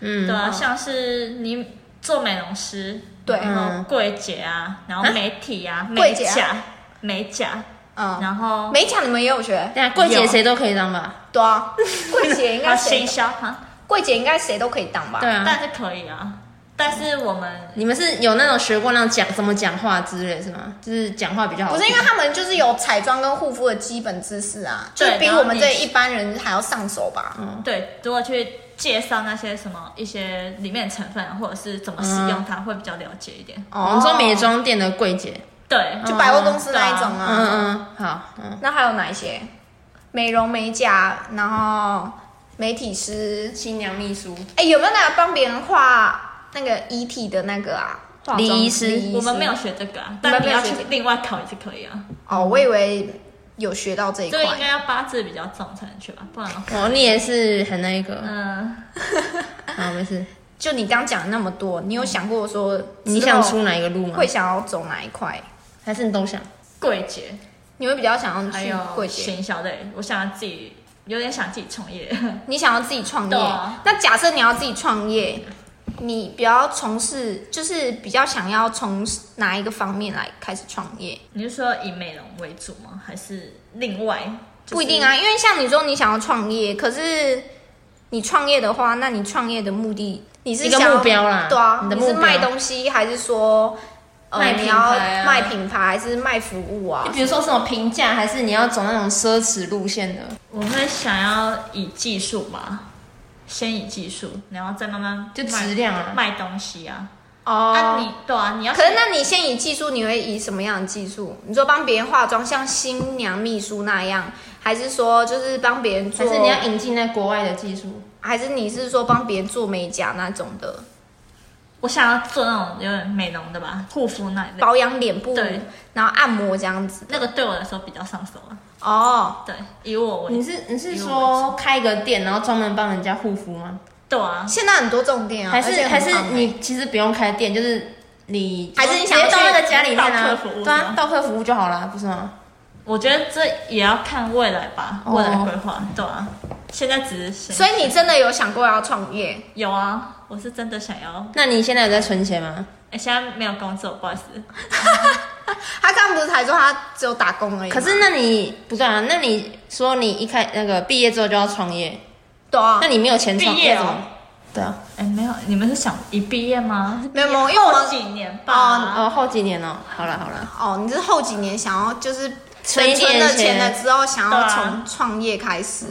Speaker 4: 嗯，
Speaker 3: 对啊，像是你做美容师，
Speaker 2: 对
Speaker 4: 嗯
Speaker 3: 然后柜姐啊，然后媒体啊，
Speaker 2: 柜
Speaker 3: 美
Speaker 2: 姐啊
Speaker 3: 甲、美甲，
Speaker 2: 嗯，
Speaker 3: 然后
Speaker 2: 美甲你们也有学？
Speaker 4: 对啊，柜姐谁都可以当吧？
Speaker 2: 对啊，柜姐应
Speaker 3: 还
Speaker 2: 该
Speaker 3: 有
Speaker 2: 嗯
Speaker 3: 行
Speaker 2: 谁？
Speaker 3: 销哈，
Speaker 2: 柜姐应该谁都可以当吧？
Speaker 4: 对啊，
Speaker 3: 但是可以啊，但是我们
Speaker 4: 你们是有那种学过那种讲怎么讲话之类是吗？就是讲话比较好
Speaker 2: 不
Speaker 4: 听。
Speaker 2: 是因为他们就是有彩妆跟护肤的基本知识啊，就
Speaker 3: 对
Speaker 2: 是比
Speaker 3: 然
Speaker 2: 我
Speaker 3: 后嗯
Speaker 2: 们
Speaker 3: 你
Speaker 2: 这一般人还要上手吧？
Speaker 3: 对，如果去介绍那些什么一些里面的成分啊，或者是怎么使用
Speaker 2: 嗯
Speaker 3: 它，会比较了解一点。
Speaker 4: 哦，你说美妆店的柜姐？
Speaker 3: 对，
Speaker 2: 就百货公司那一种
Speaker 4: 嗯
Speaker 2: 啊。
Speaker 4: 嗯，好，嗯，
Speaker 2: 那还有哪一些？美容美甲，然后美体师，
Speaker 4: 新娘秘书。
Speaker 2: 哎、有没有那个帮别人画那个遗体的那个啊？化妆
Speaker 4: 礼仪师
Speaker 2: 礼
Speaker 3: 我们没有学这个啊，但
Speaker 2: 们
Speaker 3: 你
Speaker 2: 没有
Speaker 3: 要
Speaker 2: 学
Speaker 3: 去
Speaker 2: 这个
Speaker 3: 另外考也是可以啊。
Speaker 2: 哦，我以为有学到这一
Speaker 3: 这个应
Speaker 2: 块。
Speaker 3: 该要八字比较重才能去吧，不然的话，
Speaker 4: 哦，你也是很那个，
Speaker 3: 嗯，
Speaker 4: 好，没事。
Speaker 2: 就你刚讲的那么多，你有想过说
Speaker 4: 你
Speaker 2: 之后
Speaker 4: 想出哪一个路吗
Speaker 2: 会？想要走哪一块？
Speaker 4: 还是你都想？
Speaker 3: 柜姐
Speaker 2: 你会比较想要
Speaker 3: 还
Speaker 2: 去
Speaker 3: 有
Speaker 2: 嗯柜姐
Speaker 3: 行销类，我想要自己有点想自己创业，
Speaker 2: 你想要自己创业，
Speaker 3: 对啊
Speaker 2: 那假设你要自己创业，你比较从事，就是比较想要从事哪一个方面来开始创业？
Speaker 3: 你是说以美容为主吗？还是另外？就是
Speaker 2: 不一定啊，因为像你说你想要创业，可是你创业的话，那你创业的目的，你是
Speaker 4: 一个
Speaker 2: 想要
Speaker 4: 目标啦
Speaker 2: 对啊，
Speaker 4: 你的目
Speaker 2: 是
Speaker 4: 标
Speaker 2: 卖东西还是说？呃
Speaker 4: 卖
Speaker 2: 你
Speaker 4: 品
Speaker 2: 要
Speaker 4: 牌啊
Speaker 2: 卖品牌还是卖服务啊
Speaker 4: 就？比如说什么评价，还是你要走那种奢侈路线的？
Speaker 3: 我会想要以技术吧，先以技术，然后再慢慢
Speaker 4: 就
Speaker 3: 卖
Speaker 4: 质量啊
Speaker 3: 卖东西啊。
Speaker 2: 哦
Speaker 3: 啊，你对啊，你要
Speaker 2: 可是那你先以技术，你会以什么样的技术？你说帮别人化妆，像新娘秘书那样，还是说就是帮别人
Speaker 4: 还
Speaker 2: 做？
Speaker 4: 是你要引进在国外的技术？
Speaker 2: 还是你是说帮别人做美甲那种的，
Speaker 3: 我想要做那种有点美容的吧，护肤那一类，
Speaker 2: 保养脸部
Speaker 3: 对，
Speaker 2: 然后按摩这样子？
Speaker 3: 那个对我来说比较上手啊。
Speaker 2: 哦，
Speaker 3: 对，以我为
Speaker 4: 你
Speaker 2: 嗯
Speaker 4: 是你是说开一个店，然后专门帮人家护肤吗？
Speaker 3: 对啊，
Speaker 2: 现在很多这种店啊，
Speaker 4: 还
Speaker 2: 而且
Speaker 4: 是
Speaker 2: 很
Speaker 4: 还是
Speaker 2: 夯欸
Speaker 4: 你其实不用开店，就是你
Speaker 2: 还是你想要
Speaker 4: 直接到
Speaker 2: 去
Speaker 4: 那个家里面啊
Speaker 3: 到客服，
Speaker 4: 对啊
Speaker 3: 吗，
Speaker 4: 到客服就好啦，不是吗？
Speaker 3: 我觉得这也要看未来吧，
Speaker 4: 哦
Speaker 3: 未来规划，对啊。现在只是想
Speaker 2: 所以你真的有想过要创业？
Speaker 3: 有啊，我是真的想要，
Speaker 4: 那你现在有在存钱吗？
Speaker 3: 哎，现在没有工作，不好意思。
Speaker 2: 他刚刚不是才说他只有啊打工而已吗？
Speaker 4: 可是那你不对啊，那你说你一开那个毕业之后就要创业，
Speaker 2: 对啊
Speaker 4: 那，你没有钱创
Speaker 3: 毕业
Speaker 4: 业
Speaker 3: 哦
Speaker 4: 怎么？对啊，
Speaker 3: 哎，没有，你们是想一毕业吗？
Speaker 2: 没有没有，因为我
Speaker 3: 后
Speaker 2: 们
Speaker 3: 几年吧，
Speaker 4: 哦，后几年哦，好了好了，
Speaker 2: 哦，你是后几年想要就是
Speaker 4: 存一点
Speaker 2: 存了
Speaker 4: 钱
Speaker 2: 钱了之后，想要
Speaker 3: 对啊
Speaker 2: 从创业开始。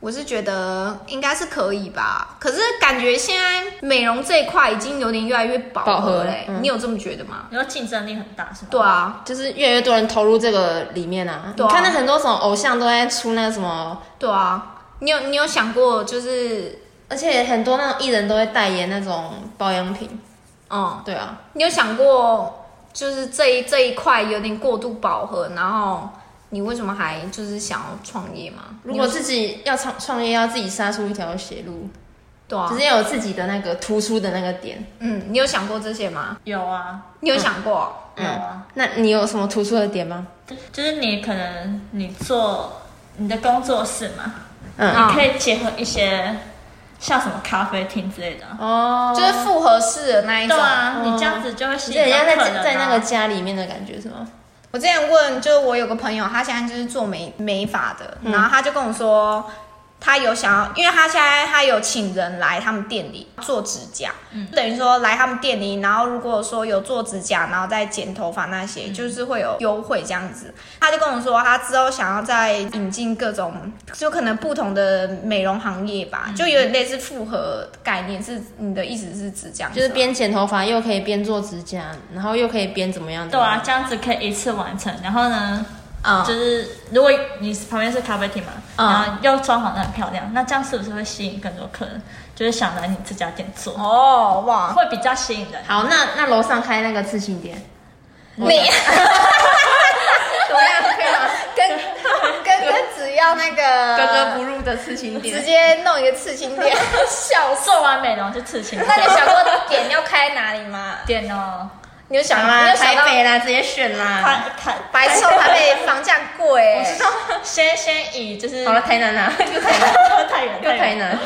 Speaker 2: 我是觉得应该是可以吧，可是感觉现在美容这一块已经有点越来越饱
Speaker 4: 饱和
Speaker 2: 和嘞、
Speaker 4: 嗯
Speaker 2: 你有这么觉得吗？
Speaker 3: 然后竞争力很大，是吗？
Speaker 2: 对啊，
Speaker 4: 就是越来越多人投入这个里面啊。
Speaker 2: 对啊
Speaker 4: 你看那很多什么偶像都在出那个什么，
Speaker 2: 对啊，你有你有想过就是，
Speaker 4: 而且很多那种艺人都会代言那种保养品。
Speaker 2: 嗯，
Speaker 4: 对啊，
Speaker 2: 你有想过就是这一这一块有点过度饱和，然后你为什么还就是想要创业吗？
Speaker 4: 如果自己要创创业，要自己杀出一条血路，
Speaker 2: 对啊
Speaker 4: 只，是有自己的那个突出的那个点。
Speaker 2: 嗯，你有想过这些吗？
Speaker 3: 有啊，
Speaker 2: 你有
Speaker 4: 嗯
Speaker 2: 想过哦？
Speaker 3: 有啊，
Speaker 4: 那你有什么突出的点吗？
Speaker 3: 就是你可能你做你的工作室嘛，
Speaker 4: 嗯，
Speaker 2: 啊
Speaker 3: 你可以结合一些像什么咖啡厅之类的啊。
Speaker 4: 哦，
Speaker 2: 就是复合式的那一
Speaker 3: 对
Speaker 2: 种。
Speaker 3: 啊，你这样子就会吸
Speaker 4: 就
Speaker 3: 引
Speaker 4: 人
Speaker 3: 到
Speaker 4: 家在
Speaker 3: 客人啊
Speaker 4: 在那个家里面的感觉是吗？
Speaker 2: 我之前问，就是我有个朋友，他现在就是做美美发的，
Speaker 4: 嗯
Speaker 2: 然后他就跟我说，他有想要，因为他现在他有请人来他们店里做指甲，
Speaker 4: 嗯
Speaker 2: 等于说来他们店里，然后如果说有做指甲，然后再剪头发那
Speaker 4: 嗯
Speaker 2: 些，就是会有优惠这样子。他就跟我说，他之后想要再引进各种，就可能不同的美容行业
Speaker 4: 嗯
Speaker 2: 吧，就有点类似复合概念，是你的意思是指这样子吗，
Speaker 4: 就是边剪头发又可以边做指甲，然后又可以边怎么样？
Speaker 3: 对啊，，这样子可以一次完成。然后呢，
Speaker 2: 嗯
Speaker 3: 就是如果你旁边是咖啡厅嘛，
Speaker 4: 嗯
Speaker 3: 然后又装潢的很漂亮，那这样是不是会吸引更多客人，就是想来你这家店做，
Speaker 2: 哦哇，
Speaker 3: 会比较吸引人？
Speaker 4: 好，那那楼上开那个刺青店，
Speaker 2: 你。
Speaker 4: 怎么样？可以吗？
Speaker 2: 跟跟跟只要那个
Speaker 4: 格格不入的刺青
Speaker 2: 直
Speaker 4: 店，
Speaker 2: 接弄一个刺青店，笑死。
Speaker 3: 做啊完美容就刺青，
Speaker 2: 那你有想过点要开哪里吗？啊
Speaker 3: 点哦，
Speaker 2: 你有想
Speaker 4: 好
Speaker 2: 吗？你
Speaker 4: 啦，
Speaker 2: 有想
Speaker 4: 啊台
Speaker 2: 到
Speaker 4: 北啦，直接选啦。
Speaker 3: 台台
Speaker 2: 白臭台北房价贵、欸，
Speaker 3: 先先以就是
Speaker 4: 好了，台南 啦，又台南，
Speaker 3: 太远
Speaker 4: 又台
Speaker 3: 远，
Speaker 4: 南。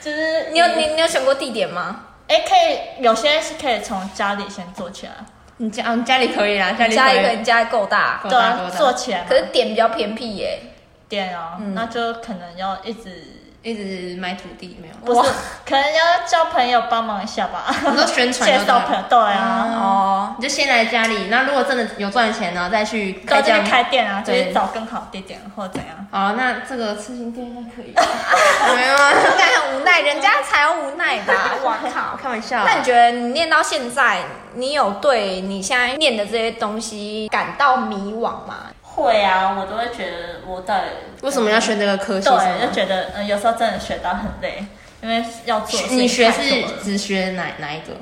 Speaker 3: 就 是
Speaker 2: 你有你你有选过地点吗？
Speaker 3: 哎可以有些是可以从家里先做起来，
Speaker 4: 你家哦，你家里可以啦，家里
Speaker 2: 家
Speaker 4: 可
Speaker 2: 一个
Speaker 4: 以。
Speaker 2: 你家够大，
Speaker 4: 够
Speaker 3: 对
Speaker 4: 大
Speaker 3: 啊
Speaker 4: 够，大
Speaker 3: 做起来嘛，
Speaker 2: 可是点比较偏僻耶、
Speaker 3: 点哦，那就可能要一直。
Speaker 4: 一直买土地没有？
Speaker 3: 不是，可能要叫朋友帮忙一下吧。
Speaker 4: 你说宣传
Speaker 3: 介
Speaker 4: 就对了嗯
Speaker 3: 绍朋友，对啊，
Speaker 2: 哦，
Speaker 4: 你就先来家里，那如果真的有赚钱呢，再去
Speaker 3: 到
Speaker 4: 开
Speaker 3: 这
Speaker 4: 家
Speaker 3: 边。开店啊，就
Speaker 4: 对
Speaker 3: 是找更好的地点或怎样。
Speaker 4: 好，那这个刺青店应该可以。 没有啊，
Speaker 2: 我感觉很无奈，人家才要无奈吧？ 我靠！
Speaker 4: 开玩笑。
Speaker 2: 那你觉得你念到现在，你有对你现在念的这些东西感到迷惘吗？
Speaker 3: 会啊，我都会觉得我到底
Speaker 4: 为什么要选这个科系？
Speaker 3: 对，就觉得嗯，有时候真的学到很累，因为要做的事
Speaker 4: 你
Speaker 3: 情
Speaker 4: 学
Speaker 3: 太多
Speaker 4: 是
Speaker 3: 了
Speaker 4: 只学哪哪一个？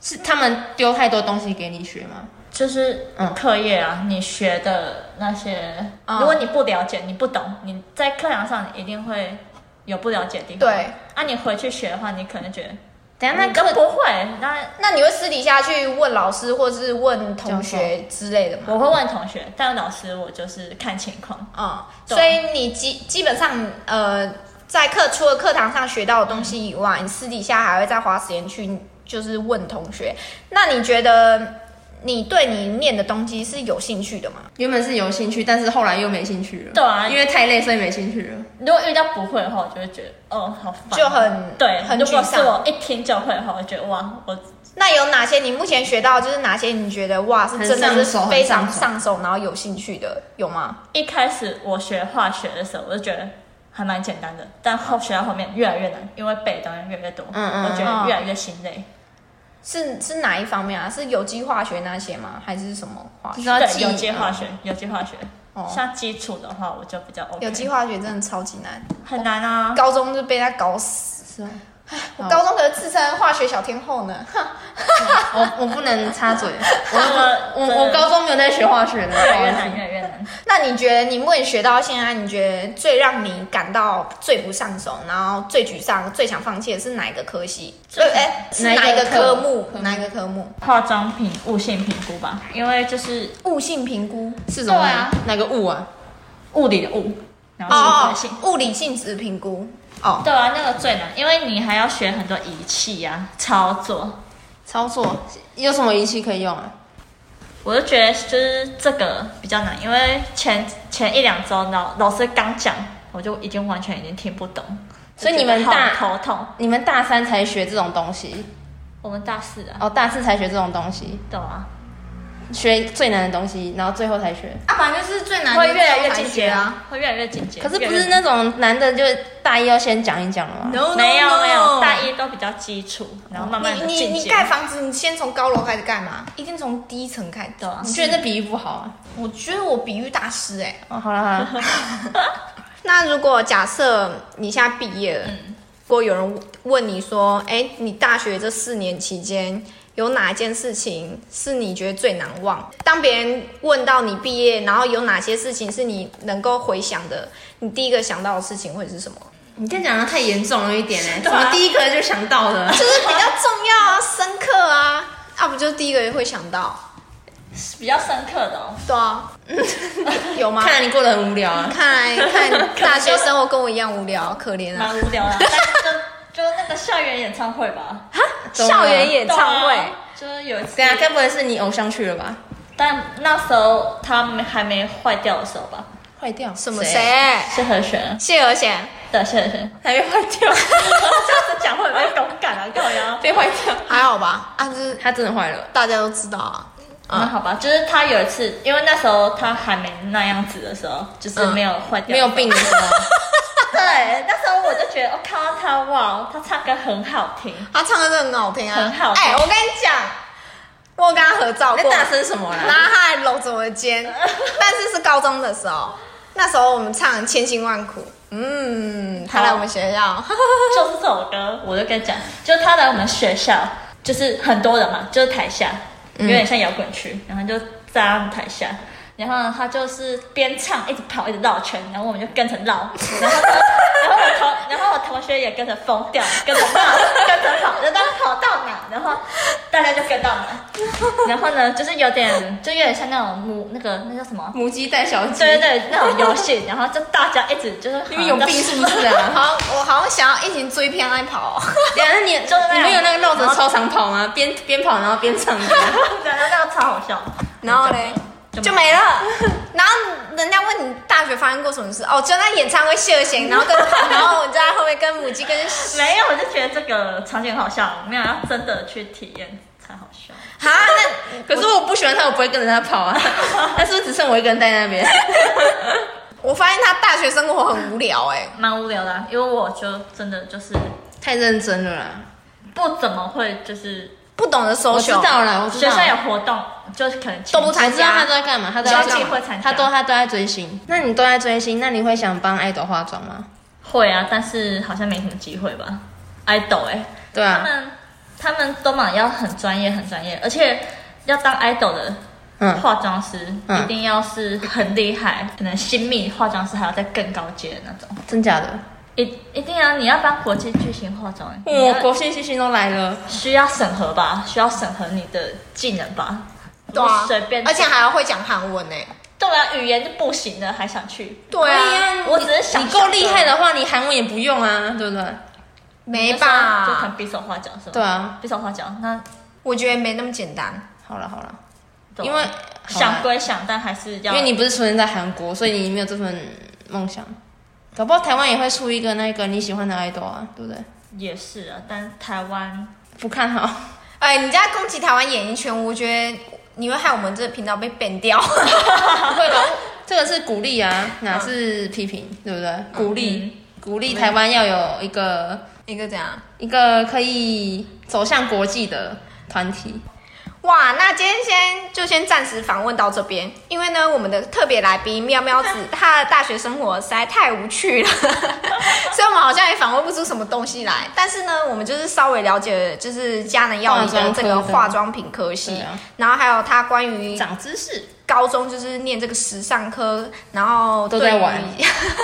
Speaker 4: 是他们丢太多东西给你学吗？
Speaker 3: 就是
Speaker 4: 嗯
Speaker 3: 课业啊，你学的那些，
Speaker 2: 嗯
Speaker 3: 如果你不了解、你不懂，你在课堂上你一定会有不了解的地方。
Speaker 2: 对，
Speaker 3: 啊，你回去学的话，你可能觉得
Speaker 4: 等一下
Speaker 3: 那
Speaker 4: 那
Speaker 3: 都
Speaker 4: 课
Speaker 3: 不会，那
Speaker 2: 那你会私底下去问老师，或是问同学之类的吗？
Speaker 3: 我会问同学，但老师我就是看情况。
Speaker 2: 嗯，
Speaker 3: 懂
Speaker 2: 所以你基基本上呃，在课除了课堂上学到的东西以外，你私底下还会再花时间去就是问同学。那你觉得你对你念的东西是有兴趣的吗？
Speaker 4: 原本是有兴趣，但是后来又没兴趣了。
Speaker 3: 对啊
Speaker 4: 因为太累，所以没兴趣了。
Speaker 3: 如果遇到不会的话，我就会觉得哦，好烦，
Speaker 2: 就很
Speaker 3: 对。
Speaker 2: 很
Speaker 3: 如果
Speaker 2: 沮
Speaker 3: 是我
Speaker 2: 丧。
Speaker 3: 一听就会的话，我觉得哇，我
Speaker 2: 那有哪些你目前学到，就是哪些你觉得哇是
Speaker 4: 很
Speaker 2: 真的是
Speaker 4: 上手
Speaker 2: 非常
Speaker 4: 很上手
Speaker 2: 上手，然后有兴趣的有吗？
Speaker 3: 一开始我学化学的时候，我就觉得还蛮简单的，但后学到后面越来越难，因为背的东西越来越多，
Speaker 4: 嗯嗯
Speaker 3: 我觉
Speaker 2: 嗯
Speaker 3: 得越来越心累。
Speaker 2: 是是哪一方面啊？是有机化学那些吗？还是什么化学
Speaker 4: 就是？要记啊嗯
Speaker 3: 对，有机化学，有机化学，
Speaker 2: 哦
Speaker 3: 像基础的话，我就比较 OK。
Speaker 2: 有机化学真的超级难，
Speaker 3: 很难啊，
Speaker 2: 高中就被他搞死。
Speaker 4: 是啊，
Speaker 2: 我
Speaker 4: 好
Speaker 2: 高中可是自称化学小天后呢。
Speaker 4: 我我不能插 嘴。我我
Speaker 3: 真的
Speaker 4: 我高中没有在学化学的，
Speaker 3: 越来越难，越来越难。
Speaker 2: 那你觉得你目前学到现在，你觉得最让你感到最不上手，然后最沮丧、最想放弃的是哪一个科系？
Speaker 3: 最
Speaker 2: 对，哎、是
Speaker 4: 哪一个
Speaker 2: 哪一个科
Speaker 4: 科
Speaker 2: 目
Speaker 4: 科？目
Speaker 2: 哪一个科目？
Speaker 3: 化妆品物性评估吧，因为就是
Speaker 2: 物性评估
Speaker 4: 是什么？
Speaker 3: 对啊
Speaker 4: 哪个物啊？
Speaker 3: 物理的物，然
Speaker 4: 哦
Speaker 3: 后性格性。
Speaker 2: 哦物理性质评估哦，
Speaker 3: 对啊，那个最难，因为你还要学很多仪器啊、操作。
Speaker 4: 操作有什么仪器可以用啊？
Speaker 3: 我就觉得就是这个比较难，因为前前一两周老老师刚讲，我就已经完全已经听不懂，
Speaker 4: 所以你们
Speaker 3: 就觉得
Speaker 4: 大
Speaker 3: 好头痛。
Speaker 4: 你们大三才学这种东西，
Speaker 3: 我们大四啊，
Speaker 4: 哦，大四才学这种东西，
Speaker 3: 对啊，
Speaker 4: 学最难的东西，然后最后才学。
Speaker 2: 啊，反正就是最难
Speaker 3: 会
Speaker 2: 的
Speaker 3: 越来越
Speaker 2: 高材
Speaker 3: 进
Speaker 2: 学
Speaker 3: 阶
Speaker 2: 啊。，
Speaker 3: 会越来越进阶。
Speaker 4: 可是不
Speaker 3: 越
Speaker 4: 是
Speaker 3: 来越
Speaker 4: 那种难的，就是大一要先讲一讲了吗？
Speaker 2: No
Speaker 3: 没有
Speaker 2: no, no
Speaker 3: 没有，大一都比较基础，然后慢慢
Speaker 2: 你
Speaker 3: 的
Speaker 2: 你
Speaker 3: 进
Speaker 2: 你
Speaker 3: 阶。
Speaker 2: 盖房子，你先从高楼开始盖嘛，一定从低层开始。
Speaker 3: 对啊
Speaker 4: 你觉得这比喻不好啊？
Speaker 2: 我觉得我比喻大师哎、
Speaker 4: 哦，好了好了，
Speaker 2: 那如果假设你现在毕业了，如果有人问你说：“哎、你大学这四年期间有哪一件事情是你觉得最难忘？”当别人问到你毕业，然后有哪些事情是你能够回想的，你第一个想到的事情会是什么？
Speaker 4: 你这样讲的太严重了一点 哎，
Speaker 3: 对
Speaker 4: 怎
Speaker 3: 啊
Speaker 4: 么第一个就想到啊了？
Speaker 2: 就是比较重要啊，深刻啊，啊不就第一个会想到，
Speaker 3: 比较深刻的哦。
Speaker 2: 对 啊，有吗？
Speaker 4: 看来你过得很无聊啊。
Speaker 2: 看来看大学生活跟我一样无聊，可怜啊
Speaker 3: 蛮！无聊的，但是就就那个校园演唱会吧，
Speaker 4: 懂了
Speaker 2: 校园 演唱
Speaker 3: 对啊
Speaker 2: 会，
Speaker 3: 就是有一次
Speaker 4: 对，啊，该不会是你偶像去了吧？
Speaker 3: 但那时候他们还没坏掉的时候吧，
Speaker 4: 坏掉
Speaker 2: 什么？谁？
Speaker 3: 谢和弦，
Speaker 2: 谢和弦
Speaker 3: 对，谢和弦，
Speaker 4: 还没坏 掉，
Speaker 3: 这样子讲会不会勇敢啊？跟我一 样。
Speaker 4: 被坏掉，
Speaker 2: 还好吧？啊，就是
Speaker 4: 他真的坏了。
Speaker 2: 大家都知道啊，
Speaker 3: 那好吧，就是他有一次，因为那时候他还没那样子的时候，就是嗯没有坏掉，
Speaker 4: 没有病的时候，
Speaker 3: 对，那时候我就觉得，我、看到他，哇，他唱歌很好听，
Speaker 2: 他唱的真的很好听啊，
Speaker 3: 很好听
Speaker 2: 哎，我跟你讲，我有跟他合照
Speaker 3: 哎
Speaker 4: 那
Speaker 2: 过，
Speaker 4: 大声什
Speaker 3: 啊
Speaker 4: 么
Speaker 2: 然
Speaker 4: 啦？
Speaker 2: 后他还搂着我的肩，但是是高中的时候，那时候我们唱《千辛万苦》，嗯，他来我们学校，
Speaker 3: 就是这首歌，我就跟你讲，就是他来我们学校，就是很多人嘛，就是台下，有点像摇滚区，然后就在他们台下。然后他就是边唱一直跑一直绕圈，然后我们就跟着绕，然后然后我同然后我同学也跟着疯掉，跟着绕，跟着跑，就他跑到哪，然后大家就跟到哪。然后呢，就是有点就有点像那种母那个那叫什么？
Speaker 4: 母鸡带小鸡，
Speaker 3: 对对对，那种游戏，然后就大家一直就是
Speaker 4: 你们有病是不是啊？
Speaker 2: 好，我好像想要一起追片爱跑哦，
Speaker 4: 对啊，那你
Speaker 3: 就是那样
Speaker 4: 你们有那个绕着操场跑 吗？边边跑然后边唱歌，
Speaker 3: 对，那个超好笑。
Speaker 2: 然后嘞
Speaker 3: 就
Speaker 2: 就没了。然后人家问你大学发生过什么事，哦，就那演唱会谢贤，然后跟然后我就在后面跟母鸡跟
Speaker 3: 没有，我就觉得这个场景很好笑，没有要真的去体验才好笑。
Speaker 2: 哈，那
Speaker 4: 可是我不喜欢他，我不会跟着他跑啊。 那是不是只剩我一个人待 在那边？
Speaker 2: 我发现他大学生活很无聊哎、
Speaker 3: 蛮无聊的啊、因为我就真的就是
Speaker 4: 太认真了啦！
Speaker 3: 不怎么会，就是
Speaker 2: 不懂得
Speaker 4: 我
Speaker 2: social，
Speaker 4: 知道了，我知
Speaker 3: 学
Speaker 4: 道。
Speaker 3: 校有活动，就是可能
Speaker 2: 都不
Speaker 4: 我
Speaker 2: 参
Speaker 4: 知道他都在干嘛，他都在
Speaker 3: 交
Speaker 4: 干
Speaker 3: 际
Speaker 4: 嘛
Speaker 3: 会参加
Speaker 4: 他都他都在追星。那你都在追星，那你会想帮爱豆化妆吗？
Speaker 3: 会啊，但是好像没什么机会吧。idol 哎、
Speaker 4: 对
Speaker 3: 他
Speaker 4: 啊，
Speaker 3: 们他们都嘛要很专业，很专业，而且要当 idol 的。
Speaker 4: 嗯，
Speaker 3: 化妆师、
Speaker 4: 嗯
Speaker 3: 一定要是很厉害，可能新密化妆师还要再更高阶的那种，
Speaker 4: 真假的？
Speaker 3: 一一定啊要你要帮国际巨星化妆，你
Speaker 4: 我
Speaker 3: 要
Speaker 4: 哦国际巨星都来了，
Speaker 3: 需要审核吧，需要审核你的技能吧，
Speaker 2: 对
Speaker 3: 不
Speaker 2: 啊
Speaker 3: 是随便，
Speaker 2: 而且还要会讲韩文哎、
Speaker 3: 对啊，语言就不行了，还想去，
Speaker 2: 对
Speaker 4: 可以
Speaker 2: 啊，
Speaker 4: 啊
Speaker 3: 我只是想
Speaker 4: 你够厉害的话，你韩文也不用啊，对不对？
Speaker 2: 没
Speaker 3: 就很
Speaker 2: 吧？
Speaker 3: 比手画脚是吧？
Speaker 4: 对啊，
Speaker 3: 比手画脚，那
Speaker 2: 我觉得没那么简单。
Speaker 4: 好了好了，
Speaker 3: 对啊
Speaker 4: 因为
Speaker 3: 想
Speaker 4: 好啦
Speaker 3: 归想，但还是要，
Speaker 4: 因为你不是出生在韩国，所以你没有这份梦想。搞不好台湾也会出一个那个你喜欢的爱豆啊，对不对？
Speaker 3: 也是啊，但台湾
Speaker 4: 不看好，
Speaker 2: 哎、你在攻击台湾演艺圈，我觉得你会害我们这个频道被 ban 掉。
Speaker 4: 不会吧？ 这个是鼓励啊，哪是批评，对不对？鼓励，鼓励台湾要有一个
Speaker 2: 一个这样，
Speaker 4: 一个可以走向国际的团体。
Speaker 2: 哇，那今天先就先暂时访问到这边，因为呢，我们的特别来宾喵喵子，她的大学生活实在太无趣了， 所以我们好像也访问不出什么东西来。但是呢，我们就是稍微了解，就是佳能药理的这个化
Speaker 4: 化
Speaker 2: 妆品科系，
Speaker 4: 对啊
Speaker 2: 然后还有她关于
Speaker 4: 长知识，
Speaker 2: 高中就是念这个时尚科，然后
Speaker 4: 都在
Speaker 2: 对于
Speaker 4: 玩，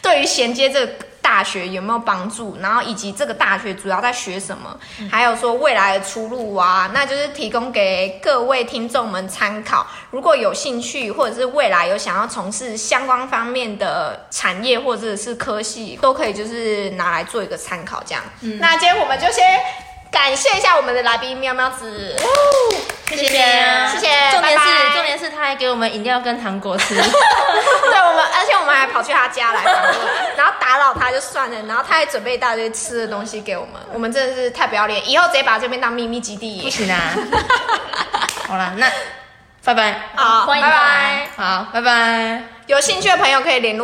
Speaker 2: 对于衔接这个大学有没有帮助？然后以及这个大学主要在学什么，
Speaker 4: 嗯
Speaker 2: 还有说未来的出路啊，那就是提供给各位听众们参考。如果有兴趣，或者是未来有想要从事相关方面的产业或者是科系，都可以就是拿来做一个参考。这样，
Speaker 4: 嗯
Speaker 2: 那今天我们就先感谢一下我们的来宾喵喵子，
Speaker 4: 谢
Speaker 3: 谢啊
Speaker 2: 谢谢
Speaker 4: 重点
Speaker 2: 拜拜
Speaker 4: 是重点是他还给我们饮料跟糖果吃，
Speaker 2: 对我们，而且我们还跑去他家来访问，然后打扰他就算了，然后他还准备一大堆吃的东西给我们，我们真的是太不要脸，以后直接把这边当秘密基
Speaker 4: 不
Speaker 2: 地。
Speaker 4: 行啊。好啦，那拜拜，
Speaker 2: 好，
Speaker 3: 欢迎
Speaker 2: 拜
Speaker 3: 他
Speaker 2: 拜。
Speaker 4: 好，拜拜。
Speaker 2: 有兴趣的朋友可以联络。